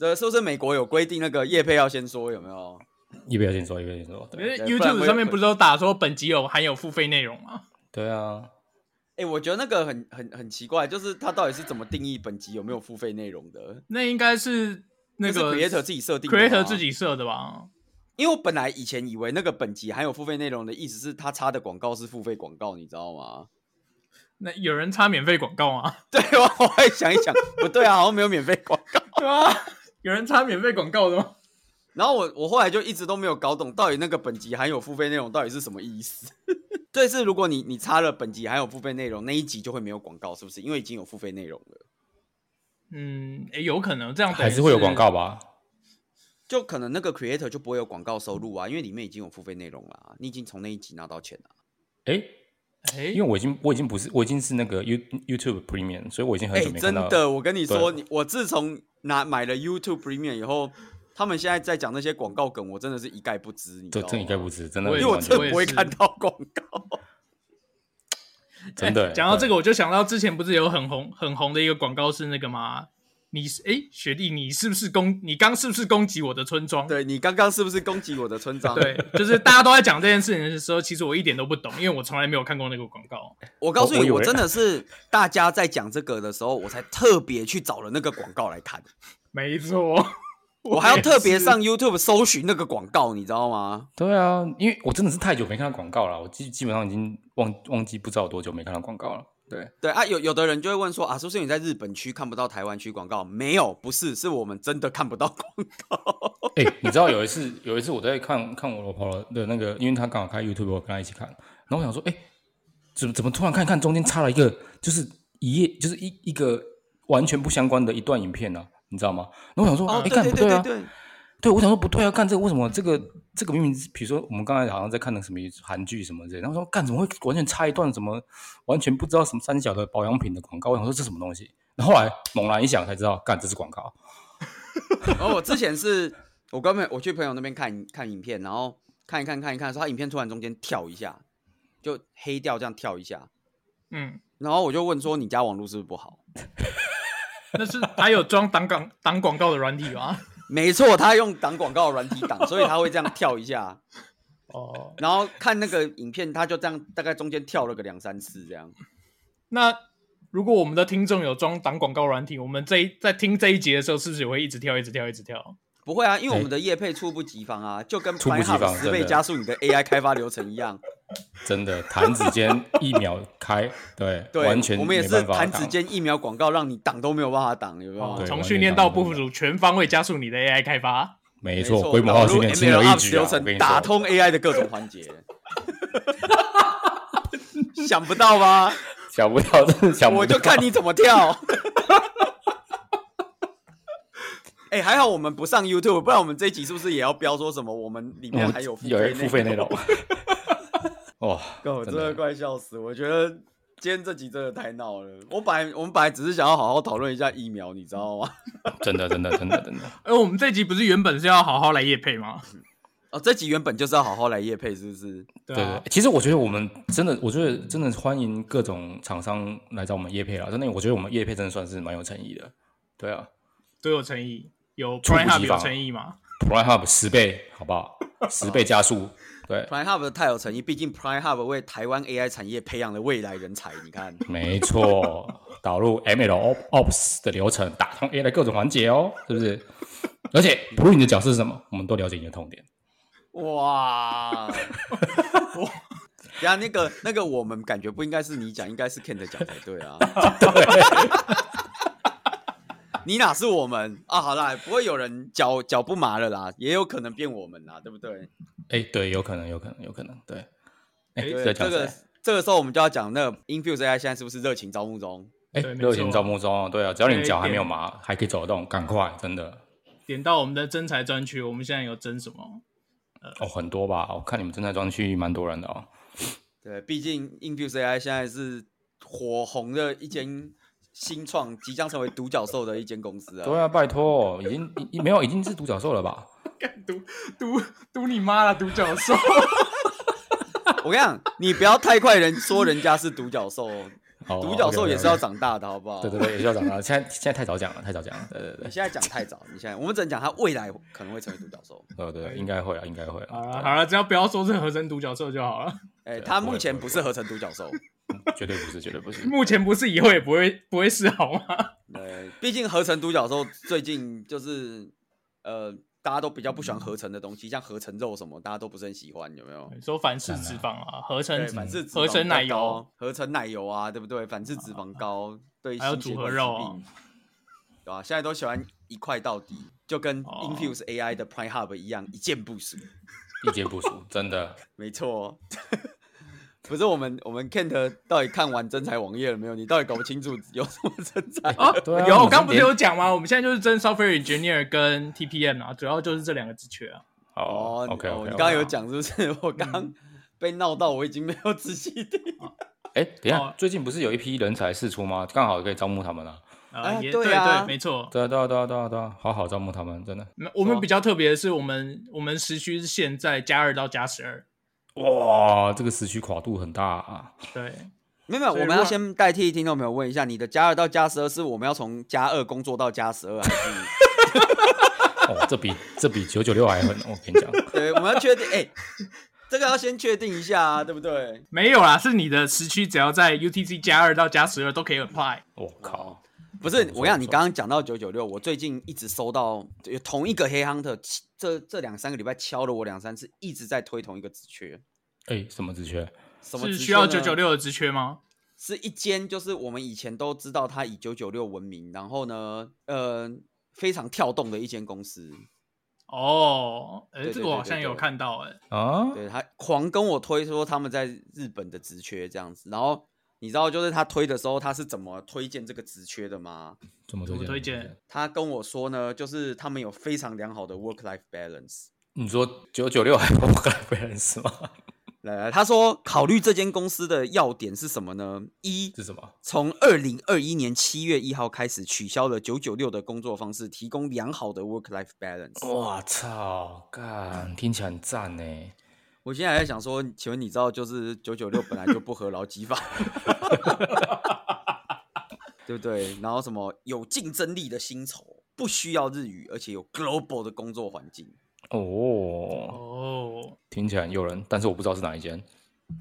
[SPEAKER 2] 呃，是不是美国有规定那个叶配要先说有没有？
[SPEAKER 3] 一边先说，一边先说，对
[SPEAKER 1] 因为
[SPEAKER 2] 对不然会
[SPEAKER 1] YouTube 上面不是都打说本集有含有付费内容吗？
[SPEAKER 3] 对啊，
[SPEAKER 2] 哎、我觉得那个很很很奇怪，就是他到底是怎么定义本集有没有付费内容的？
[SPEAKER 1] 那应该是那个
[SPEAKER 2] 是 creator 自己设定的
[SPEAKER 3] 啊
[SPEAKER 2] 吗
[SPEAKER 1] creator 自，己设的吧？
[SPEAKER 2] 因为我本来以前以为那个本集含有付费内容的意思是他插的广告是付费广告，你知道吗？ <laughs>
[SPEAKER 1] 那有人插免费广告吗？ <laughs>
[SPEAKER 2] 对，我我会想一想，不对啊，好像没有免费广告。
[SPEAKER 1] 对啊，有人插免费广告的吗？
[SPEAKER 2] 然后我我后来就一直都没有搞懂，到底那个本集含有付费内容到底是什么意思。 <laughs> 这次如果你你插了本集含有付费内容，那一集就会没有广告，是不是？因为已经有付费内容了，
[SPEAKER 1] 嗯，诶有可能这样等于
[SPEAKER 3] 还是会有广告吧？
[SPEAKER 2] 就可能那个 creator 就不会有广告收入啊，因为里面已经有付费内容啦，你已经从那一集拿到钱了。
[SPEAKER 3] 哎、
[SPEAKER 1] 诶，
[SPEAKER 3] 因为我已经我已经不是我已经是那个 You YouTube Premium，所以我已经很
[SPEAKER 2] 哎、
[SPEAKER 3] 久没
[SPEAKER 2] 真
[SPEAKER 3] 看到。
[SPEAKER 2] 的，我跟你说，
[SPEAKER 3] 对
[SPEAKER 2] 你我自从拿买了 YouTube Premium 以后，他们现在在讲那些广告梗，我真的是一概不知，你知
[SPEAKER 3] 这
[SPEAKER 2] 道吗？
[SPEAKER 3] 这应该不是真的
[SPEAKER 1] 我
[SPEAKER 2] 因
[SPEAKER 1] 也
[SPEAKER 2] 为
[SPEAKER 3] 是
[SPEAKER 1] 是
[SPEAKER 2] 我
[SPEAKER 3] 完
[SPEAKER 2] 真的
[SPEAKER 3] 全，
[SPEAKER 2] 不会看到广告。 <laughs>
[SPEAKER 3] 真的欸
[SPEAKER 1] 哎讲到
[SPEAKER 3] 对
[SPEAKER 1] 这个，我就想到之前不是有很红很红的一个广告是那个吗？你是哎，雪莉，你是不是攻？你刚是不是攻击我的村庄？
[SPEAKER 2] 对你刚刚是不是攻击我的村长？
[SPEAKER 1] 对，就是大家都在讲这件事情的时候，其实我一点都不懂，因为我从来没有看过那个广告。
[SPEAKER 2] 我告诉你，
[SPEAKER 3] 我我以为
[SPEAKER 2] 我真的是大家在讲这个的时候，我才特别去找了那个广告来 <laughs> 看，
[SPEAKER 1] 没错，
[SPEAKER 2] 我还要
[SPEAKER 1] 也
[SPEAKER 2] 特别
[SPEAKER 1] 是
[SPEAKER 2] 上 YouTube 搜寻那个广告，你知道吗？
[SPEAKER 3] 对啊，因为我真的是太久没看到广告了，我基基本上已经忘忘记不知道有多久没看到广告了。对，
[SPEAKER 2] 对啊，有有的人就会问说啊，是不是你在日本区看不到台湾区广告？没有，不是，是我们真的看不到广告。
[SPEAKER 3] 哎、 <laughs> 你知道有一次，有一次我在看看我老婆的那个，因为她刚好开 YouTube，我跟她一起看，然后我想说，哎、怎么怎么突然看一看中间插了一个，就是一页，就是一一个完全不相关的一段影片呢、啊，你知道吗？然后我想说，哎、
[SPEAKER 2] 哦，对
[SPEAKER 3] 看
[SPEAKER 2] 对
[SPEAKER 3] 不
[SPEAKER 2] 对
[SPEAKER 3] 啊
[SPEAKER 2] 对，对，
[SPEAKER 3] 对我想说不对啊，干这个为什么这个这个明明是比如说我们刚才好像在看那个什么韩剧什么之类的，然后说干怎么会完全插一段什么完全不知道什么三小的保养品的广告，我想说这什么东西，然后后来猛然一想才知道，干这是广告，
[SPEAKER 2] 然哦后我之前是我跟朋友我去朋友那边看看影片，然后看一看看一看，说他影片突然中间跳一下，就黑掉这样跳一下，
[SPEAKER 1] 嗯，
[SPEAKER 2] 然后我就问说你家网络是不是不好？
[SPEAKER 1] 那是还有装挡广挡广告的软体吗？
[SPEAKER 2] 没错，他用挡广告的软体挡，所以他会这样跳一下。
[SPEAKER 1] 哦，
[SPEAKER 2] 然后看那个影片，他就这样大概中间跳了个两三次这样。
[SPEAKER 1] <laughs> 那如果我们的听众有装挡广告软体，我们这一在听这一集的时候，是不是也会一直跳、一直跳、一直跳？
[SPEAKER 2] 不会啊，因为我们的业配猝不及防啊，就跟
[SPEAKER 3] 哎猝不及防
[SPEAKER 2] Pornhub 十倍
[SPEAKER 3] 真的
[SPEAKER 2] 加速你的 AI 开发流程一样。
[SPEAKER 3] 真的弹指间一秒开，对，
[SPEAKER 2] <laughs> 对，
[SPEAKER 3] 完全
[SPEAKER 2] 我们也
[SPEAKER 3] 没
[SPEAKER 2] 是
[SPEAKER 3] 办法
[SPEAKER 2] 弹
[SPEAKER 3] 挡
[SPEAKER 2] 指间疫苗广告，让你挡都没有办法挡，有没有？
[SPEAKER 1] 哦
[SPEAKER 3] 对
[SPEAKER 1] 从
[SPEAKER 3] 完
[SPEAKER 1] 训
[SPEAKER 3] 全
[SPEAKER 1] 练
[SPEAKER 3] 挡
[SPEAKER 1] 到
[SPEAKER 3] 不
[SPEAKER 1] 部
[SPEAKER 3] 了
[SPEAKER 1] 署，全方位加速你的 AI 开发。
[SPEAKER 3] 没
[SPEAKER 2] 没
[SPEAKER 3] 错，规模化训练轻而易举
[SPEAKER 2] 流
[SPEAKER 3] 啊，我跟
[SPEAKER 2] 程
[SPEAKER 3] 你
[SPEAKER 2] 打
[SPEAKER 3] 说，
[SPEAKER 2] 通 AI 的各种环节。想不到吧？
[SPEAKER 3] 想不到，真的想不到，
[SPEAKER 2] <laughs> 我就看你怎么跳。哎、哎、还好我们不上 YouTube，不然我们这一集是不是也要标说什么？我们
[SPEAKER 3] <laughs>
[SPEAKER 2] 里面还有
[SPEAKER 3] 嗯有付费内容。
[SPEAKER 2] <laughs>
[SPEAKER 3] 哇，
[SPEAKER 2] 哥，我真
[SPEAKER 3] 真
[SPEAKER 2] 的
[SPEAKER 3] 的
[SPEAKER 2] 快笑死！我觉得今天这集真的太闹了。我本来我们本来只是想要好好讨论一下疫苗，你知道吗？
[SPEAKER 3] 真的，真的，真的，真的，
[SPEAKER 1] 哎，我们这集不是原本是要好好来夜配吗？
[SPEAKER 2] 哦，这集原本就是要好好来夜配，是不是？
[SPEAKER 1] 对
[SPEAKER 3] 对
[SPEAKER 1] 啊，
[SPEAKER 3] 其实我觉得我们真的，我觉得真的欢迎各种厂商来找我们叶配啊！真的，我觉得我们叶配真的算是蛮有诚意的。对啊
[SPEAKER 1] 都有诚意，有
[SPEAKER 3] 猝不
[SPEAKER 1] Prime
[SPEAKER 3] 及
[SPEAKER 1] Hub 有
[SPEAKER 3] 防
[SPEAKER 1] 诚意吗？
[SPEAKER 3] ，Prime Hub 十倍，好不好？十倍加速，对，
[SPEAKER 2] Prime Hub 太有诚意，毕竟 Prime Hub 为台湾 AI 产业培养了未来人才。你看，
[SPEAKER 3] 没错，导入 ML Ops 的流程，打通 A 的各种环节哦，是不是？而且不论你的角色是什么，我们都了解你的痛点。
[SPEAKER 2] <laughs> 哇！等一下那个那个，我们感觉不应该是你讲，应该是 Ken 讲才对啊。你哪是我们啊？好啦，不会有人脚脚不麻了啦，也有可能变我们啦，对不对？
[SPEAKER 3] 哎，对，有可能，有可能，有可能，对。哎，
[SPEAKER 1] 诶
[SPEAKER 3] 在
[SPEAKER 2] 对，
[SPEAKER 3] 讲
[SPEAKER 2] 这
[SPEAKER 3] 谁
[SPEAKER 2] 个？这个时候我们就要讲那个 Infuse AI 现在是不是热情招募中？
[SPEAKER 3] 哎，
[SPEAKER 1] 对没
[SPEAKER 3] 热情
[SPEAKER 1] 错
[SPEAKER 3] 招募中哦，对啊，只要
[SPEAKER 1] 这
[SPEAKER 3] 你
[SPEAKER 1] 一
[SPEAKER 3] 脚还
[SPEAKER 1] 点
[SPEAKER 3] 没有麻，还可以走得动，赶快，真的
[SPEAKER 1] 点到我们的真才专区，我们现在有争什么？
[SPEAKER 3] 哦，很多吧？我看你们正在专区蛮多人的哦。
[SPEAKER 2] 对，毕竟 Infuse AI 现在是火红的一间新创，即将成为独角兽的一间公司啊。
[SPEAKER 3] 对啊，拜托，已经已没有，已经是独角兽了吧？
[SPEAKER 1] 赌赌赌你妈了，独角兽！
[SPEAKER 2] 我跟你讲，你不要太快人说人家是独角兽，
[SPEAKER 3] 哦
[SPEAKER 2] 独角兽也是要。
[SPEAKER 3] OK，OK，OK
[SPEAKER 2] 长大的，好不好？
[SPEAKER 3] 对对对，也是要长大。现在现在太早讲了，太早讲了。对对
[SPEAKER 2] 你
[SPEAKER 3] 对
[SPEAKER 2] 现在讲太早，你现在我们只能讲他未来可能会成为独角兽。
[SPEAKER 3] 对对对，应该会啊，应该会
[SPEAKER 1] <laughs> 好
[SPEAKER 3] 啊，
[SPEAKER 1] 了好了，只要不要说是合成独角兽就好了。
[SPEAKER 2] 哎、
[SPEAKER 3] 对啊
[SPEAKER 2] 他
[SPEAKER 3] 不会
[SPEAKER 2] 目前
[SPEAKER 3] 不会
[SPEAKER 2] 不是合成独角兽，
[SPEAKER 3] 嗯绝对不是，绝对不是。
[SPEAKER 1] 目前不是，以后也不会不会是好吗？
[SPEAKER 2] 对，毕竟合成独角兽最近就是呃，大家都比较不喜欢合成的东西，像合成肉什么，大家都不是很喜欢，有没有？
[SPEAKER 1] 说反式脂肪啊，合成
[SPEAKER 2] 对，反式脂
[SPEAKER 1] 合
[SPEAKER 2] 肪
[SPEAKER 1] 成
[SPEAKER 2] 比较
[SPEAKER 1] 奶油
[SPEAKER 2] 高，合成奶油啊，对不对？反式脂肪高，对
[SPEAKER 1] 还有
[SPEAKER 2] 心血
[SPEAKER 1] 组合
[SPEAKER 2] 管疾
[SPEAKER 1] 肉啊
[SPEAKER 2] 病，对啊吧、现在都喜欢一块到底，就跟
[SPEAKER 1] 哦
[SPEAKER 2] Infuse AI 的 Prime Hub 一样，一键部署。
[SPEAKER 3] 一节不输，真的。
[SPEAKER 2] 没错，哦 <laughs> 不是我们我们 Kent 到底看完真才网页了没有？你到底搞不清楚有什么真才？
[SPEAKER 1] 啊
[SPEAKER 3] 对啊
[SPEAKER 1] 有，
[SPEAKER 3] 我
[SPEAKER 1] 我
[SPEAKER 3] 们
[SPEAKER 1] 刚不是
[SPEAKER 3] 连
[SPEAKER 1] 有讲吗？我们现在就是争 software engineer 跟 TPM 啊，主要就是这两个职缺啊。
[SPEAKER 3] 哦
[SPEAKER 2] 你
[SPEAKER 3] ，OK
[SPEAKER 2] <laughs> 哦
[SPEAKER 3] OK，
[SPEAKER 2] 你刚刚有讲是不是？ <laughs> 我
[SPEAKER 1] 嗯
[SPEAKER 2] 刚被闹到，我已经没有仔细听。
[SPEAKER 3] 哎，等一下
[SPEAKER 1] 哦，
[SPEAKER 3] 最近不是有一批人才释出吗？刚好可以招募他们啊。
[SPEAKER 1] 啊，
[SPEAKER 2] 哎
[SPEAKER 1] 也
[SPEAKER 2] 对
[SPEAKER 1] 对
[SPEAKER 2] 啊
[SPEAKER 1] 对，没错。
[SPEAKER 3] 对啊，对啊，对啊，对啊，对啊，好好招募他们，真的。
[SPEAKER 1] 那我们比较特别的是，我们我们时区是现在加二到加十二，
[SPEAKER 3] 哇，这个时区跨度很大啊！
[SPEAKER 1] 对，
[SPEAKER 2] 没有没有，
[SPEAKER 1] 所以如
[SPEAKER 2] 我
[SPEAKER 1] 果
[SPEAKER 2] 们要先代替听众朋友问一下，你的加二到加十二是我们要从加二工作到加十二，还是？
[SPEAKER 3] 哦，这比这比九九六还狠，我
[SPEAKER 2] <laughs>
[SPEAKER 3] 跟你讲。
[SPEAKER 2] 对，我们要确定，哎、这个要先确定一下啊，对不对？
[SPEAKER 1] 没有啦，是你的时区只要在 UTC 加二到加十二都可以 apply。
[SPEAKER 3] 我靠，
[SPEAKER 2] 不是，我跟你讲，你刚刚讲到九九六，我最近一直收到有同一个黑 hunter，这这两三个礼拜敲了我两三次，一直在推同一个职缺，
[SPEAKER 3] 哎，什么职缺？
[SPEAKER 2] 什么
[SPEAKER 1] 是
[SPEAKER 2] 职缺
[SPEAKER 1] 需要
[SPEAKER 2] 呢
[SPEAKER 1] 九九，六的职缺吗？
[SPEAKER 2] 是一间就是我们以前都知道它以九九六闻名，然后呢，呃，非常跳动的一间公司，
[SPEAKER 1] 哦，哎、
[SPEAKER 2] 对
[SPEAKER 1] 这个我好
[SPEAKER 2] 对对
[SPEAKER 1] 像
[SPEAKER 2] 对
[SPEAKER 1] 有
[SPEAKER 2] 对
[SPEAKER 1] 看到、哎，
[SPEAKER 3] 啊？
[SPEAKER 2] 对他狂跟我推说他们在日本的职缺这样子，然后你知道就是他推的时候他是怎么推荐这个职缺的吗？
[SPEAKER 3] 怎么
[SPEAKER 1] 怎么推
[SPEAKER 3] 推
[SPEAKER 1] 荐
[SPEAKER 3] 荐？
[SPEAKER 2] 他跟我说呢，就是他们有非常良好的 work life balance。
[SPEAKER 3] 你说九九六 <laughs> 还不该被人死吗？ <laughs>
[SPEAKER 2] 来来，他说考虑这间公司的要点是什么呢？一，
[SPEAKER 3] 是什么？
[SPEAKER 2] 从二零二一年七月一号开始取消了九九六的工作方式，提供良好的 work life balance。
[SPEAKER 3] 我操，干，嗯听起来很赞呢。
[SPEAKER 2] 我现在还在想说，请问你知道就是九九六本来就不合劳基法， <laughs> 对不对？然后什么有竞争力的薪酬，不需要日语，而且有 global 的工作环境。
[SPEAKER 3] 哦，
[SPEAKER 1] 哦，
[SPEAKER 3] 听起来很诱人，但是我不知道是哪一间，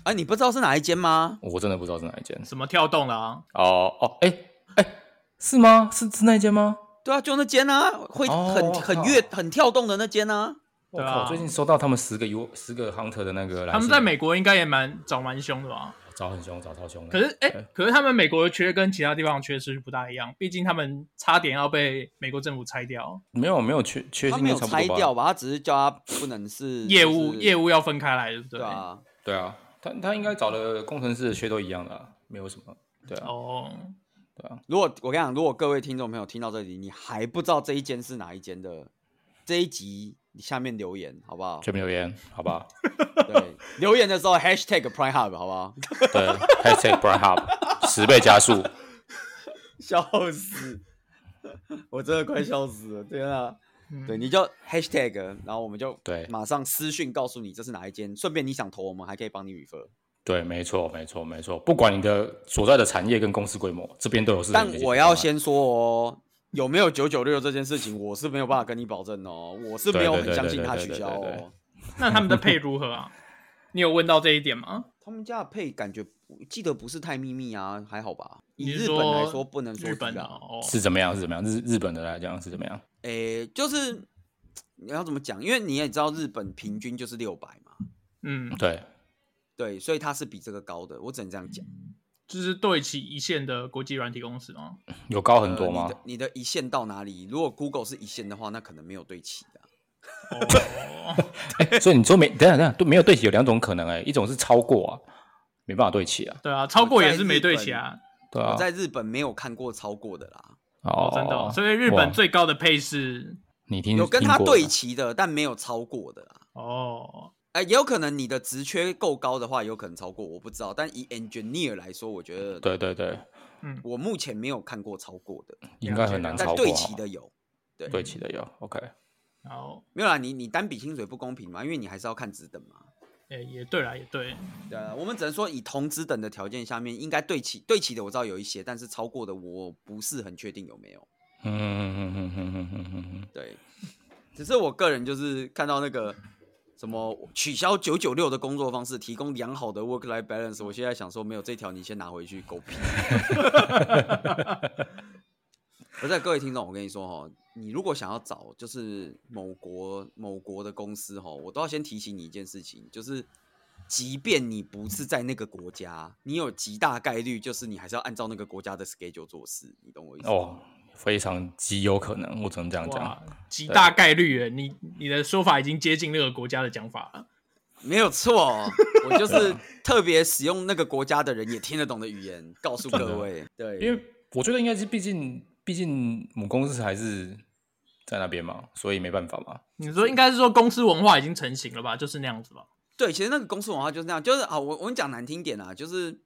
[SPEAKER 2] 哎、你不知道是哪一间吗？
[SPEAKER 3] 我真的不知道是哪一间。
[SPEAKER 1] 什么跳动了啊？
[SPEAKER 3] 哦哦，哎哎，是吗？是是那一间吗？
[SPEAKER 2] 对啊，就那间啊，会
[SPEAKER 3] 哦
[SPEAKER 2] 很、
[SPEAKER 3] 我
[SPEAKER 2] 很
[SPEAKER 3] 靠
[SPEAKER 2] 跃很跳动的那间啊。
[SPEAKER 3] 我
[SPEAKER 1] 对啊
[SPEAKER 3] 靠，最近收到他们十个 U 十个 hunter 的那个来信，
[SPEAKER 1] 他们在美国应该也蛮找蛮凶的吧？
[SPEAKER 2] 嗯
[SPEAKER 3] 找很凶，找超凶的。
[SPEAKER 1] 可是，哎、
[SPEAKER 3] 对
[SPEAKER 1] 可是他们美国的缺跟其他地方的缺是不大一样，毕竟他们差点要被美国政府拆掉，
[SPEAKER 3] 没有没有缺缺
[SPEAKER 2] 他
[SPEAKER 3] 薪，
[SPEAKER 2] 没有
[SPEAKER 3] 差不
[SPEAKER 2] 拆
[SPEAKER 3] 多吧
[SPEAKER 2] 掉吧？他只是叫他不能是
[SPEAKER 1] 业务业
[SPEAKER 2] 务
[SPEAKER 1] 务要分开来，对不对？
[SPEAKER 2] 对啊。
[SPEAKER 3] 对啊，他他应该找的工程师的缺都一样的啊，没有什么。对啊，
[SPEAKER 1] 哦，
[SPEAKER 2] 如果我跟你讲，如果各位听众朋友听到这里，你还不知道这一间是哪一间的，这一集你下面留言好不好？
[SPEAKER 3] 全部留言，好不好？
[SPEAKER 2] 对， <laughs> 留言的时候 hashtag Prime Hub 好不好？
[SPEAKER 3] 对，#hashtag Brian Hub 十倍加速，
[SPEAKER 2] <laughs> 笑死， <laughs> 我真的快笑死了，天啊！
[SPEAKER 1] 嗯
[SPEAKER 2] 对，你就 hashtag，然后我们就
[SPEAKER 3] 对
[SPEAKER 2] 马上私讯告诉你这是哪一间，顺便你想投我们还可以帮你 refer。
[SPEAKER 3] 对，没错，没错，没错。不管你的所在的产业跟公司规模，这边都有适合
[SPEAKER 2] 但
[SPEAKER 3] 你的解决
[SPEAKER 2] 我要
[SPEAKER 3] 方案
[SPEAKER 2] 先说哦，有没有九九六这件事情，我是没有办法跟你保证哦，我是
[SPEAKER 3] 对
[SPEAKER 2] 没有
[SPEAKER 3] 对
[SPEAKER 2] 很
[SPEAKER 3] 对
[SPEAKER 2] 相
[SPEAKER 3] 对
[SPEAKER 2] 信
[SPEAKER 3] 对
[SPEAKER 2] 它
[SPEAKER 3] 对
[SPEAKER 2] 取
[SPEAKER 3] 对
[SPEAKER 2] 消
[SPEAKER 3] 对
[SPEAKER 2] 哦。
[SPEAKER 1] <laughs> 那他们的配如何啊？你有问到这一点吗？
[SPEAKER 2] 他们家的配感觉记得不是太秘密啊，还好吧？以
[SPEAKER 1] 你是
[SPEAKER 2] 日本来说
[SPEAKER 1] 说
[SPEAKER 2] 不能说
[SPEAKER 1] 日本
[SPEAKER 2] 低
[SPEAKER 1] 的
[SPEAKER 2] 啊，
[SPEAKER 1] 哦，
[SPEAKER 3] 是怎么样？是怎么样？日日本的来讲是怎么样？
[SPEAKER 2] 诶、就是你要怎么讲？因为你也知道日本平均就是六百嘛，
[SPEAKER 1] 嗯，
[SPEAKER 3] 对，
[SPEAKER 2] 对，所以它是比这个高的，我只能这样讲。
[SPEAKER 1] 就是对齐一线的国际软体公司吗？
[SPEAKER 3] 有高哦很多
[SPEAKER 2] 呃
[SPEAKER 3] 吗？
[SPEAKER 2] 你的你的一线到哪里？如果 Google 是一线的话，那可能没有对齐的啊。
[SPEAKER 1] 哦， <laughs>
[SPEAKER 3] 欸所以你说没，等一下等一下，对，没有对齐有两种可能哎、一种是超过啊，没办法对齐啊，
[SPEAKER 1] 对啊，超过也是没对齐啊。
[SPEAKER 3] 对啊
[SPEAKER 2] 我，在日本没有看过超过的啦，
[SPEAKER 1] 哦
[SPEAKER 3] 哦，
[SPEAKER 1] 真的哦、所以日本
[SPEAKER 3] 哇
[SPEAKER 1] 最高的配是
[SPEAKER 3] 你听
[SPEAKER 2] 有跟它
[SPEAKER 3] 嗯听过
[SPEAKER 2] 对
[SPEAKER 3] 吗
[SPEAKER 2] 齐的，但没有超过的啦。
[SPEAKER 1] 哦，
[SPEAKER 2] 哎、也有可能你的职缺够高的话，有可能超过，我不知道。但以 engineer 来说，我觉得
[SPEAKER 3] 对对对，
[SPEAKER 1] 嗯，
[SPEAKER 2] 我目前没有看过超过的，
[SPEAKER 3] 应该很难
[SPEAKER 1] 了解
[SPEAKER 3] 超
[SPEAKER 2] 但
[SPEAKER 3] 过、
[SPEAKER 2] 对齐的，有。
[SPEAKER 3] 对齐的有，OK，
[SPEAKER 1] 然后
[SPEAKER 2] 没有啦，你你单比薪水不公平嘛，因为你还是要看职等嘛。
[SPEAKER 1] 也也对啦，也对，
[SPEAKER 2] 对啊，我们只能说以同职等的条件下面，应该对齐对齐的我知道有一些，但是超过的我不是很确定有没有。
[SPEAKER 3] 嗯嗯嗯嗯嗯嗯嗯嗯，
[SPEAKER 2] 对，只是我个人就是看到那个什么取消九九六的工作方式，提供良好的 work life balance，我现在想说没有这条你先拿回去，狗屁。 <laughs> 而在各位听众，我跟你说哦，你如果想要找就是某国某国的公司哦，我都要先提醒你一件事情，就是即便你不是在那个国家，你有极大概率就是你还是要按照那个国家的 schedule 做事，你懂我意思吗？
[SPEAKER 3] 哦，非常极有可能，我只能这样
[SPEAKER 1] 哇
[SPEAKER 3] 讲，，
[SPEAKER 1] 极大概率耶，你你的说法已经接近那个国家的讲法了。
[SPEAKER 2] 没有
[SPEAKER 3] <laughs>
[SPEAKER 2] 错，我就是特别使用那个国家的人也听得懂的语言，告诉各位。
[SPEAKER 3] 因
[SPEAKER 2] 对，
[SPEAKER 3] 为我觉得应该是，毕竟毕竟母公司还是在那边嘛，所以没办法嘛，
[SPEAKER 1] 你说应该是说公司文化已经成型了吧？就是那样子吧。
[SPEAKER 2] 对，其实那个公司文化就是那样，就是啊，我我们讲难听点啊，就是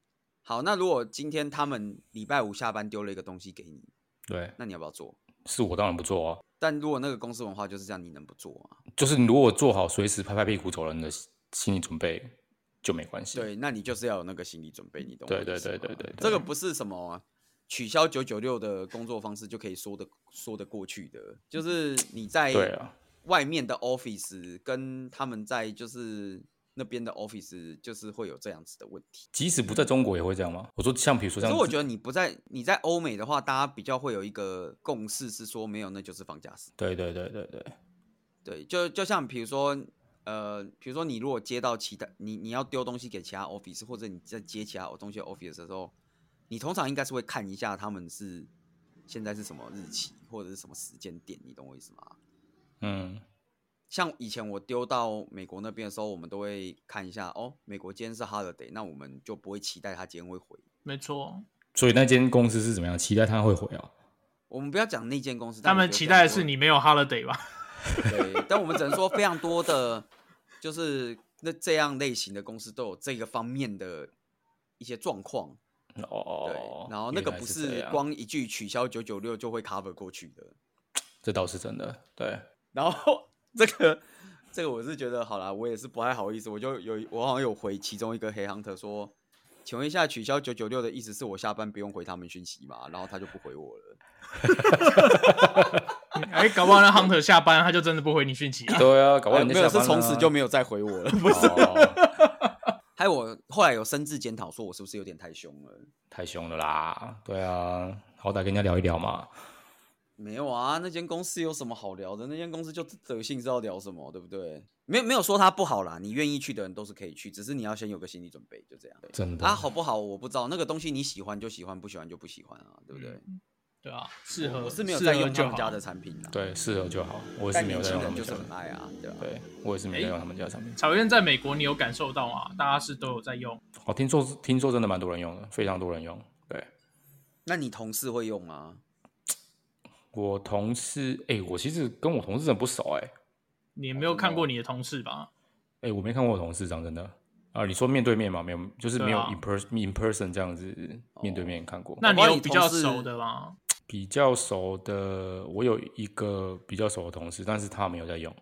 [SPEAKER 2] 好。那如果今天他们礼拜五下班丢了一个东西给你，
[SPEAKER 3] 对，
[SPEAKER 2] 那你要不要做？
[SPEAKER 3] 是我当然不做啊，
[SPEAKER 2] 但如果那个公司文化就是这样，你能不做啊吗？
[SPEAKER 3] 就是你如果做好随时拍拍屁股走人的心心理准备，就没关系。
[SPEAKER 2] 对，那你就是要有那个心理准备，你懂我
[SPEAKER 3] 对
[SPEAKER 2] 意
[SPEAKER 3] 对
[SPEAKER 2] 思
[SPEAKER 3] 对
[SPEAKER 2] 吗
[SPEAKER 3] 对对对
[SPEAKER 2] 这个不是什么取消九九六的工作方式就可以说的说得过去的，就是你在
[SPEAKER 3] 对啊，
[SPEAKER 2] 外面的 office 跟他们在就是那边的 office 就是会有这样子的问题。
[SPEAKER 3] 即使不在中国也会这样吗？我说像比如
[SPEAKER 2] 可
[SPEAKER 3] 说像
[SPEAKER 2] 是
[SPEAKER 3] 日，
[SPEAKER 2] 我觉得你不在你在欧美的话，大家比较会有一个共识是说没有，那就是放假时。
[SPEAKER 3] 对对对对对，
[SPEAKER 2] 对，就就像比如说呃，比如说你如果接到其他你你要丢东西给其他 office，或者你在接其他东西的 office 的时候，你通常应该是会看一下他们是现在是什么日期或者是什么时间点，你懂我意思吗？
[SPEAKER 3] 嗯，
[SPEAKER 2] 像以前我丢到美国那边的时候，我们都会看一下哦，美国今天是 holiday，那我们就不会期待他今天会回。
[SPEAKER 1] 没错，
[SPEAKER 3] 所以那间公司是怎么样？期待他会回啊？
[SPEAKER 2] 我们不要讲那间公司，但
[SPEAKER 1] 他
[SPEAKER 2] 我
[SPEAKER 1] 们
[SPEAKER 2] 觉得
[SPEAKER 1] 期
[SPEAKER 2] 非常
[SPEAKER 1] 待的
[SPEAKER 2] 多
[SPEAKER 1] 是你没有 holiday 吧？ <laughs>
[SPEAKER 2] 对，但我们只能说非常多的，就是那这样类型的公司都有这个方面的一些状况。对，
[SPEAKER 3] 哦，
[SPEAKER 2] 然后那个
[SPEAKER 3] 原来
[SPEAKER 2] 不
[SPEAKER 3] 是这
[SPEAKER 2] 是
[SPEAKER 3] 样
[SPEAKER 2] 光一句取消九九六就会 cover 过去的。
[SPEAKER 3] 这倒是真的，对，
[SPEAKER 2] 然后这个这个我是觉得好啦，我也是不太好意思，我就有我好像有回其中一个黑 hunter 说，请问一下取消九九六的意思是我下班不用回他们讯息嘛？然后他就不回我了。
[SPEAKER 1] 哎，搞不好那 hunter 下班他就真的不回你讯息了。
[SPEAKER 3] 对啊，搞不好
[SPEAKER 2] 哎
[SPEAKER 3] 人家
[SPEAKER 2] 没有
[SPEAKER 3] 下
[SPEAKER 2] 是
[SPEAKER 3] 班
[SPEAKER 2] 从
[SPEAKER 3] 啦
[SPEAKER 2] 此就没有再回
[SPEAKER 3] <laughs>
[SPEAKER 2] 我了。不是，
[SPEAKER 3] 哦
[SPEAKER 2] 还有我后来有深自检讨，说我是不是有点太凶了？
[SPEAKER 3] 太凶了啦，对啊，好歹跟人家聊一聊嘛，
[SPEAKER 2] 没有啊，那间公司有什么好聊的？那间公司就德性知道聊什么，对不对？没有没有说它不好啦，你愿意去的人都是可以去，只是你要先有个心理准备，就这样。对
[SPEAKER 3] 真的
[SPEAKER 2] 啊，好不好？我不知道，那个东西你喜欢就喜欢，不喜欢就不喜欢啊，对不对？
[SPEAKER 3] 嗯
[SPEAKER 1] 对啊，适合
[SPEAKER 2] 我是没有
[SPEAKER 1] 适
[SPEAKER 2] 在
[SPEAKER 1] 合
[SPEAKER 2] 用他
[SPEAKER 1] 就
[SPEAKER 2] 们
[SPEAKER 1] 好
[SPEAKER 2] 家的产品啦，
[SPEAKER 3] 对，适合就好，我也
[SPEAKER 2] 但
[SPEAKER 3] 是没有
[SPEAKER 2] 年
[SPEAKER 3] 在
[SPEAKER 2] 轻
[SPEAKER 3] 用他
[SPEAKER 2] 人
[SPEAKER 3] 们
[SPEAKER 2] 就是
[SPEAKER 3] 家的
[SPEAKER 2] 很，爱啊，对吧、
[SPEAKER 3] 对我也是没在
[SPEAKER 1] 哎
[SPEAKER 3] 用他们家的产品。
[SPEAKER 1] 草原在美国，你有感受到吗？大家是都有在用，
[SPEAKER 3] 哦，听说听说真的蛮多人用的，非常多人用。对，
[SPEAKER 2] 那你同事会用吗？
[SPEAKER 3] 我同事，哎、我其实跟我同事很不熟、哎，
[SPEAKER 1] 你没有看
[SPEAKER 2] 哦
[SPEAKER 1] 过你的同事吧？
[SPEAKER 3] 哎，我没看过我同事，讲真的。啊，你说面对面嘛，没有，就是没有
[SPEAKER 1] 对啊
[SPEAKER 3] in person、in person 这样子
[SPEAKER 2] 哦
[SPEAKER 3] 面对面看过。
[SPEAKER 1] 那你
[SPEAKER 2] 搞不好
[SPEAKER 1] 有
[SPEAKER 2] 你
[SPEAKER 1] 比较
[SPEAKER 2] 同事
[SPEAKER 1] 熟的吗？
[SPEAKER 3] 比较熟的，我有一个比较熟的同事，但是他没有在用。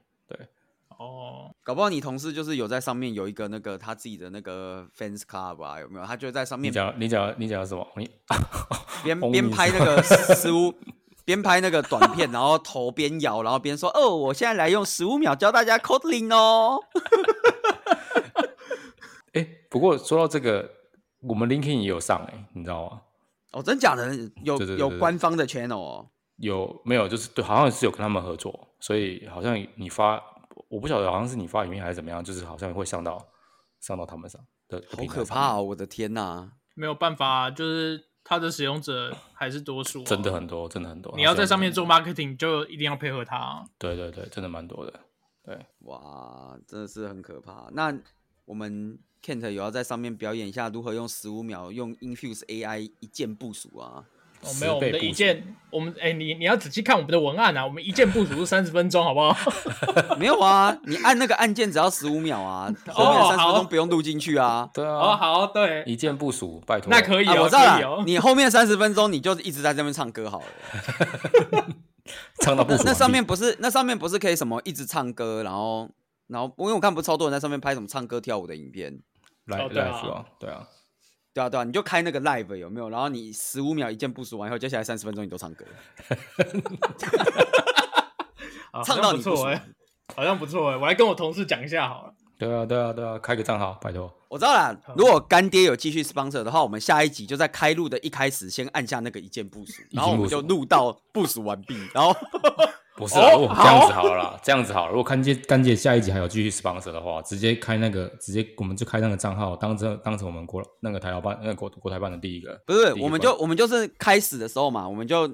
[SPEAKER 1] 哦，
[SPEAKER 2] 搞不好你同事就是有在上面有一个那个他自己的那个 fans club 啊，有没有？他就在上
[SPEAKER 3] 你
[SPEAKER 2] 面
[SPEAKER 3] 讲，你讲，你讲什么？你
[SPEAKER 2] 边
[SPEAKER 3] 红
[SPEAKER 2] 边
[SPEAKER 3] 米
[SPEAKER 2] 拍那个十五， <laughs> 边拍那个短片，然后头边摇，然后边说：“哦，我现在来用十五秒教大家 coding 哦。
[SPEAKER 3] 哎、不过说到这个，我们 LinkedIn 也有上哎、你知道吗？”
[SPEAKER 2] 哦，真假的？有
[SPEAKER 3] 对对对
[SPEAKER 2] 有
[SPEAKER 3] 对
[SPEAKER 2] 官方的 channel 哦。
[SPEAKER 3] 有没有？就是对，好像是有跟他们合作，所以好像你发，我不晓得，好像是你发影片还是怎么样，就是好像会上到上到他们上的，的
[SPEAKER 2] 好
[SPEAKER 3] 平台
[SPEAKER 2] 可
[SPEAKER 3] 上
[SPEAKER 2] 怕
[SPEAKER 3] 面
[SPEAKER 2] 哦！我的天呐、
[SPEAKER 1] 没有办法，啊就是它的使用者还是多数啊、
[SPEAKER 3] 真的很多，真的很多。
[SPEAKER 1] 你要在上面
[SPEAKER 3] 它
[SPEAKER 1] 做 marketing，就一定要配合它啊、
[SPEAKER 3] 是有，对对对，真的蛮多的。对，
[SPEAKER 2] 哇，真的是很可怕。那我们 Kent 有要在上面表演一下如何用十五秒用 Infuse AI 一键部
[SPEAKER 1] <laughs>
[SPEAKER 2] 署啊？
[SPEAKER 1] 哦，没有，我们
[SPEAKER 3] 十倍
[SPEAKER 1] 的
[SPEAKER 3] 部署
[SPEAKER 1] 一键，我们哎、你你要仔细看我们的文案啊，我们一键部署
[SPEAKER 3] <laughs>
[SPEAKER 1] 是三十分钟，好
[SPEAKER 2] <laughs>
[SPEAKER 1] 不好？
[SPEAKER 2] 没有啊，你按那个按键只要十五秒啊，后面
[SPEAKER 1] 哦
[SPEAKER 2] 三十分
[SPEAKER 1] 好
[SPEAKER 2] 钟不用录进去啊。
[SPEAKER 3] 对
[SPEAKER 1] 哦，
[SPEAKER 3] 啊，
[SPEAKER 1] 好，对，
[SPEAKER 3] 一键部署，拜托。
[SPEAKER 1] 那可以
[SPEAKER 2] 啊，
[SPEAKER 1] 哦，
[SPEAKER 2] 我知道
[SPEAKER 1] 可以
[SPEAKER 2] 了
[SPEAKER 1] 哦，。
[SPEAKER 2] 你后面三十分钟你就一直在这边唱歌好了。
[SPEAKER 3] 唱到部
[SPEAKER 2] 那
[SPEAKER 3] 署
[SPEAKER 2] 那
[SPEAKER 3] 完
[SPEAKER 2] 上
[SPEAKER 3] 毕
[SPEAKER 2] 面不是那上面不是可以什么一直唱歌，然后然后因为我看不是超多人在上面拍什么唱歌跳舞的影片，
[SPEAKER 3] 来
[SPEAKER 1] 哦对啊
[SPEAKER 3] live 啊，对啊，
[SPEAKER 2] 对啊对啊，你就开那个 live 有没有？然后你十五秒一键部署完以后，接下来三十分钟你都唱歌，
[SPEAKER 1] 啊
[SPEAKER 2] 唱
[SPEAKER 1] 好像
[SPEAKER 2] 到
[SPEAKER 1] 不
[SPEAKER 2] 你不
[SPEAKER 1] 错哎、好像不错哎、我来跟我同事讲一下好了。
[SPEAKER 3] 对啊，对啊，对啊，开个账号，拜托。
[SPEAKER 2] 我知道啦，如果干爹有继续 sponsor 的话，我们下一集就在开录的一开始先按下那个一键部署，
[SPEAKER 3] 已经部署
[SPEAKER 2] 然后我们就录到部署完毕，然
[SPEAKER 3] <laughs>
[SPEAKER 2] 后。
[SPEAKER 3] 不是啊，
[SPEAKER 1] 哦
[SPEAKER 3] 如果这样子好了啦，这样子好了。如果干爹干姐下一集还有继续 sponsor 的话，直接开那个，直接我们就开那个账号，当成当成我们国那个台老办那个国国台办的第一个
[SPEAKER 2] 不是，
[SPEAKER 3] 第一
[SPEAKER 2] 我们
[SPEAKER 3] 关
[SPEAKER 2] 就我们就是开始的时候嘛，我们就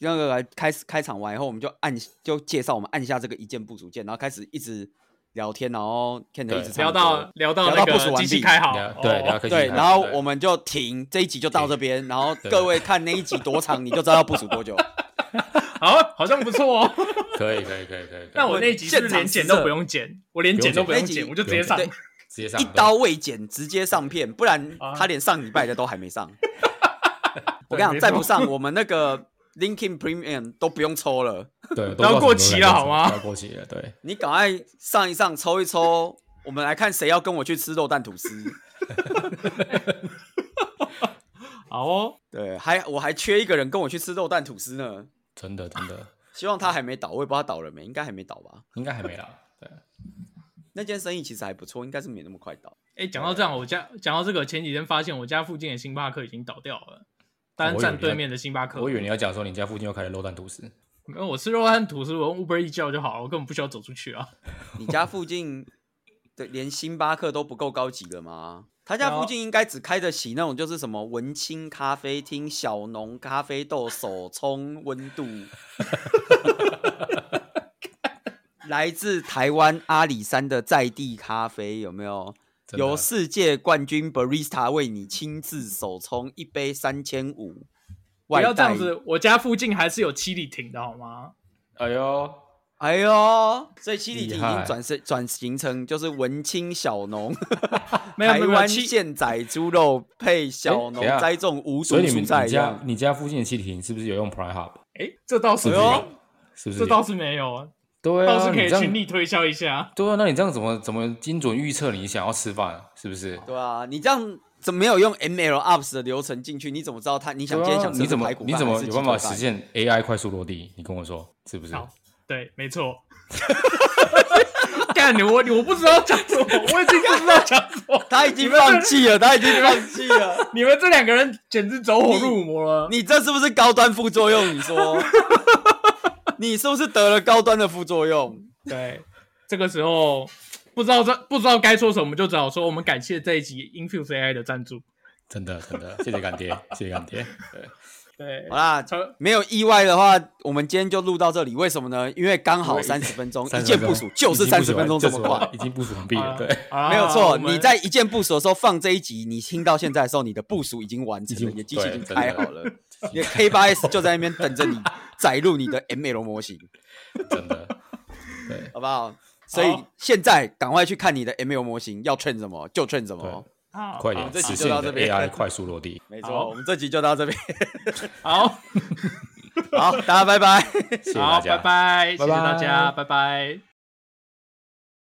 [SPEAKER 2] 那个开始开场完以后，我们就按就介绍我们按下这个一键部署键，然后开始一直聊天，然后 Ken
[SPEAKER 3] 对
[SPEAKER 2] 一直唱
[SPEAKER 1] 聊
[SPEAKER 2] 歌
[SPEAKER 1] 到聊到
[SPEAKER 2] 聊
[SPEAKER 1] 那
[SPEAKER 2] 到部署
[SPEAKER 1] 个
[SPEAKER 2] 完
[SPEAKER 1] 机器
[SPEAKER 2] 毕
[SPEAKER 1] 开好
[SPEAKER 3] 聊，对，
[SPEAKER 1] 哦
[SPEAKER 3] 大家可以
[SPEAKER 2] 对，然后我
[SPEAKER 3] 们
[SPEAKER 2] 们就停这一集就到这边，然后
[SPEAKER 3] 对
[SPEAKER 2] 各位看那一集多长，你就知道要部署多久。
[SPEAKER 1] 好，好像不错
[SPEAKER 3] <laughs>
[SPEAKER 1] 哦。
[SPEAKER 3] 可以可以可以可以，
[SPEAKER 1] 那我那一集是不是连剪都不用剪，我连剪都不用
[SPEAKER 2] 不用
[SPEAKER 1] 剪，
[SPEAKER 2] 剪
[SPEAKER 1] 我就直接上
[SPEAKER 2] 不。用
[SPEAKER 3] 直接上
[SPEAKER 2] 一刀未剪，直接上片，不然
[SPEAKER 1] 啊
[SPEAKER 2] 他连上礼拜的都还没上。我跟你讲，再不上，我们那个 LinkedIn Premium 都不用抽了，
[SPEAKER 3] 对，
[SPEAKER 1] 都要过期了好吗
[SPEAKER 3] 都要过期了，对，
[SPEAKER 2] 你赶快上一上，抽一抽。我们来看谁要跟我去吃肉蛋吐司。
[SPEAKER 1] 好哦，
[SPEAKER 2] 对，还我还缺一个人跟我去吃肉蛋吐司呢。
[SPEAKER 3] 真的真的
[SPEAKER 2] 希望他还没倒，我也不知道他倒了没，应该还没倒吧。
[SPEAKER 3] 应该还没啦。对，
[SPEAKER 2] 那间生意其实还不错，应该是没那么快倒。
[SPEAKER 1] 哎，讲到这样，我家讲到这个，前几天发现我家附近的星巴克已经倒掉了，单
[SPEAKER 3] 我以为
[SPEAKER 1] 站
[SPEAKER 3] 你要
[SPEAKER 1] 对面的星巴克。
[SPEAKER 3] 我以为你要讲说你家附近又开了肉蛋吐司，
[SPEAKER 1] 没有，我吃肉和吐司，我用 Uber E 叫就好了，我根本不需要走出去啊。
[SPEAKER 2] 你家附近的连星巴克都不够高级了吗？他家
[SPEAKER 1] 啊
[SPEAKER 2] 附近应该只开得起那种，就是什么文青咖啡厅、小农咖啡豆、手冲温度，来自台湾阿里山的在地咖啡有没有？
[SPEAKER 3] 真的
[SPEAKER 1] 啊
[SPEAKER 2] 由世界冠军 barista 为你亲自手冲一杯三千五，
[SPEAKER 1] 不
[SPEAKER 2] 外
[SPEAKER 1] 要这样
[SPEAKER 2] 带
[SPEAKER 1] 子，我家附近还是有七里亭的好吗？
[SPEAKER 3] 哎呦，
[SPEAKER 2] 哎呦，所以七里
[SPEAKER 3] 厉
[SPEAKER 2] 亭已
[SPEAKER 3] 害
[SPEAKER 2] 经转身转型成就是文青小农，
[SPEAKER 1] 没有没
[SPEAKER 2] 台
[SPEAKER 1] 有没有
[SPEAKER 2] 湾
[SPEAKER 1] 七
[SPEAKER 2] 现宰猪肉配小农
[SPEAKER 3] 哎等一下
[SPEAKER 2] 栽种无毒
[SPEAKER 3] 所以你们
[SPEAKER 2] 蔬
[SPEAKER 3] 你
[SPEAKER 2] 菜一
[SPEAKER 3] 家
[SPEAKER 2] 样。
[SPEAKER 3] 你家附近的气体是不是有用 Prime Hub？
[SPEAKER 1] 哎，这倒是
[SPEAKER 3] 是不
[SPEAKER 1] 没
[SPEAKER 3] 是
[SPEAKER 1] 有
[SPEAKER 3] 有，？是不是
[SPEAKER 1] 这
[SPEAKER 3] 有？
[SPEAKER 1] 倒是没有，
[SPEAKER 3] 对啊，
[SPEAKER 1] 倒是可以
[SPEAKER 3] 你这样
[SPEAKER 1] 群力推销一下。
[SPEAKER 3] 对啊，那你这样怎么怎么精准预测你想要吃饭，是不是？
[SPEAKER 2] 对啊，你这样怎么没有用 ML Ups 的流程进去？你怎么知道他你想今天想吃
[SPEAKER 3] 啊哦你怎么
[SPEAKER 2] 排骨
[SPEAKER 3] 你
[SPEAKER 2] 饭
[SPEAKER 3] 怎
[SPEAKER 2] 还
[SPEAKER 3] 么
[SPEAKER 2] 是
[SPEAKER 3] 有
[SPEAKER 2] 鸡
[SPEAKER 3] 办法
[SPEAKER 2] 腿饭
[SPEAKER 3] 实？现 AI 快速落地？你跟我说是不是？
[SPEAKER 1] 好对，没错。 <laughs> 干你我我不知道讲什么，我已经不知道讲什么。
[SPEAKER 2] 他已经放弃了，他已经放弃了。 <laughs>
[SPEAKER 1] 你们这两个人简直走火入魔了！
[SPEAKER 2] 你这是不是高端副作用？你说， <laughs> 你是不是得了高端的副作用？
[SPEAKER 1] 对，这个时候不知道这不知道该说什么，就只好说我们感谢这一集 Infuse AI 的赞助。
[SPEAKER 3] 真的真的，谢谢干爹，谢谢干爹。对，
[SPEAKER 1] 对
[SPEAKER 2] 好，啦，
[SPEAKER 1] 超
[SPEAKER 2] 没有意外的话，我们今天就录到这里。为什么呢？因为刚好三十分钟， <laughs> 一键部署就是三十分钟这么快，
[SPEAKER 3] 已经部署完毕了。
[SPEAKER 2] <laughs>
[SPEAKER 3] 对，
[SPEAKER 1] 好啦
[SPEAKER 2] 没有
[SPEAKER 1] 好啦
[SPEAKER 2] 错。
[SPEAKER 1] 啊我们
[SPEAKER 2] 你在一键部署的时候放这一集，你听到现在的时候，你的部署已经完成了，
[SPEAKER 3] 已经
[SPEAKER 2] 你的机器已经
[SPEAKER 3] 对
[SPEAKER 2] 开
[SPEAKER 3] 真的
[SPEAKER 2] 好了，你的 K 八 S 就在那边等着你载入你的 ML 模型，
[SPEAKER 3] 真的，对
[SPEAKER 2] 好不好？所以
[SPEAKER 1] 好
[SPEAKER 2] 现在赶快去看你的 ML 模型，要 train 什么就 train 什么。
[SPEAKER 1] 好
[SPEAKER 3] 快
[SPEAKER 2] <laughs> 好
[SPEAKER 3] 点
[SPEAKER 2] 这集就
[SPEAKER 3] 实现
[SPEAKER 2] 到这
[SPEAKER 3] 你的
[SPEAKER 2] 边
[SPEAKER 3] AI 快速落地。
[SPEAKER 2] 没
[SPEAKER 1] 好
[SPEAKER 2] 错，我们这集就到这边，
[SPEAKER 1] 好，
[SPEAKER 2] 好，大家拜拜。
[SPEAKER 3] 谢谢
[SPEAKER 1] 好，拜
[SPEAKER 3] 大家，
[SPEAKER 1] 拜，谢谢
[SPEAKER 3] 拜拜
[SPEAKER 1] 大家，拜拜。